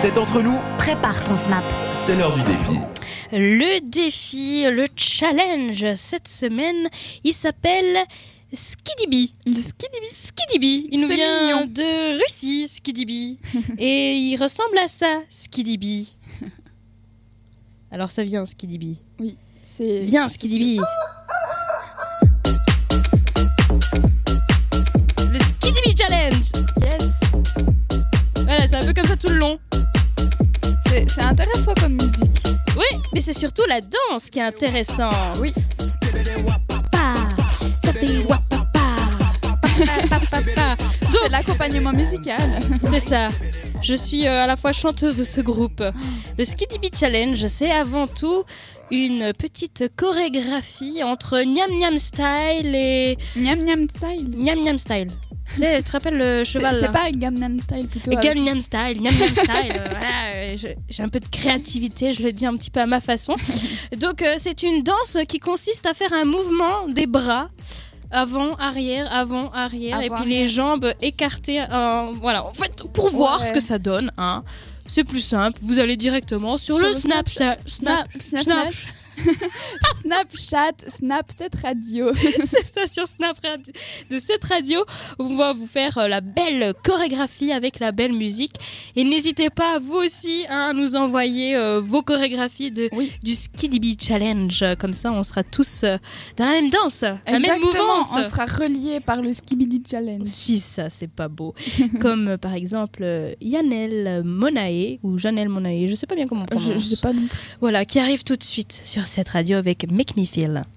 C'est entre nous, Prépare ton snap. c'est l'heure du défi. Le défi, le challenge cette semaine, il s'appelle Skidibi. Le Skidibi Skidibi. Il nous C'est vient mignon. de Russie, Skidibi. Et il ressemble à ça, Skidibi. Alors ça vient, Skidibi. C'est Viens, Skidibi. Le Skidibi Challenge. yes. Voilà, c'est un peu comme ça tout le long. C'est c'est intéressant comme musique. Oui, mais c'est surtout la danse qui est intéressante. Oui. C'est de l'accompagnement musical. C'est ça. Je suis euh, à la fois chanteuse de ce groupe. Le Skidibee Challenge, c'est avant tout une petite chorégraphie entre Niam Niam Style et Niam Niam Style. Niam Niam Style. Tu sais, tu te rappelles le C'est cheval c'est là pas Gamnam Style plutôt. Et avec- Niam Niam Style, Niam Niam Style. euh, voilà, euh, je- j'ai un peu de créativité, je le dis un petit peu à ma façon. Donc, euh, c'est une danse qui consiste à faire un mouvement des bras. Avant, arrière, avant, arrière, et Avant, puis les jambes écartées. euh, voilà, en fait, pour voir Ouais. ce que ça donne, hein. c'est plus simple. Vous allez directement sur, Sur le, le Snapchat. Snap, Snap, Snap, Snapchat, Snap, cette radio. c'est ça sur Snap Radio- de cette radio. On va vous faire euh, la belle chorégraphie avec la belle musique. Et n'hésitez pas, vous aussi, hein, à nous envoyer euh, vos chorégraphies de, Oui. du Skidibee Challenge. Comme ça, on sera tous euh, dans la même danse, la même Exactement, Ah, mouvance. on sera reliés par le Skibidi Challenge. Si ça, c'est pas beau. Comme euh, par exemple euh, Yanel Monae ou Janelle Monae, je sais pas bien comment on Je, prononce. je sais pas non plus. Voilà, qui arrive tout de suite sur cette radio avec Make Me Feel.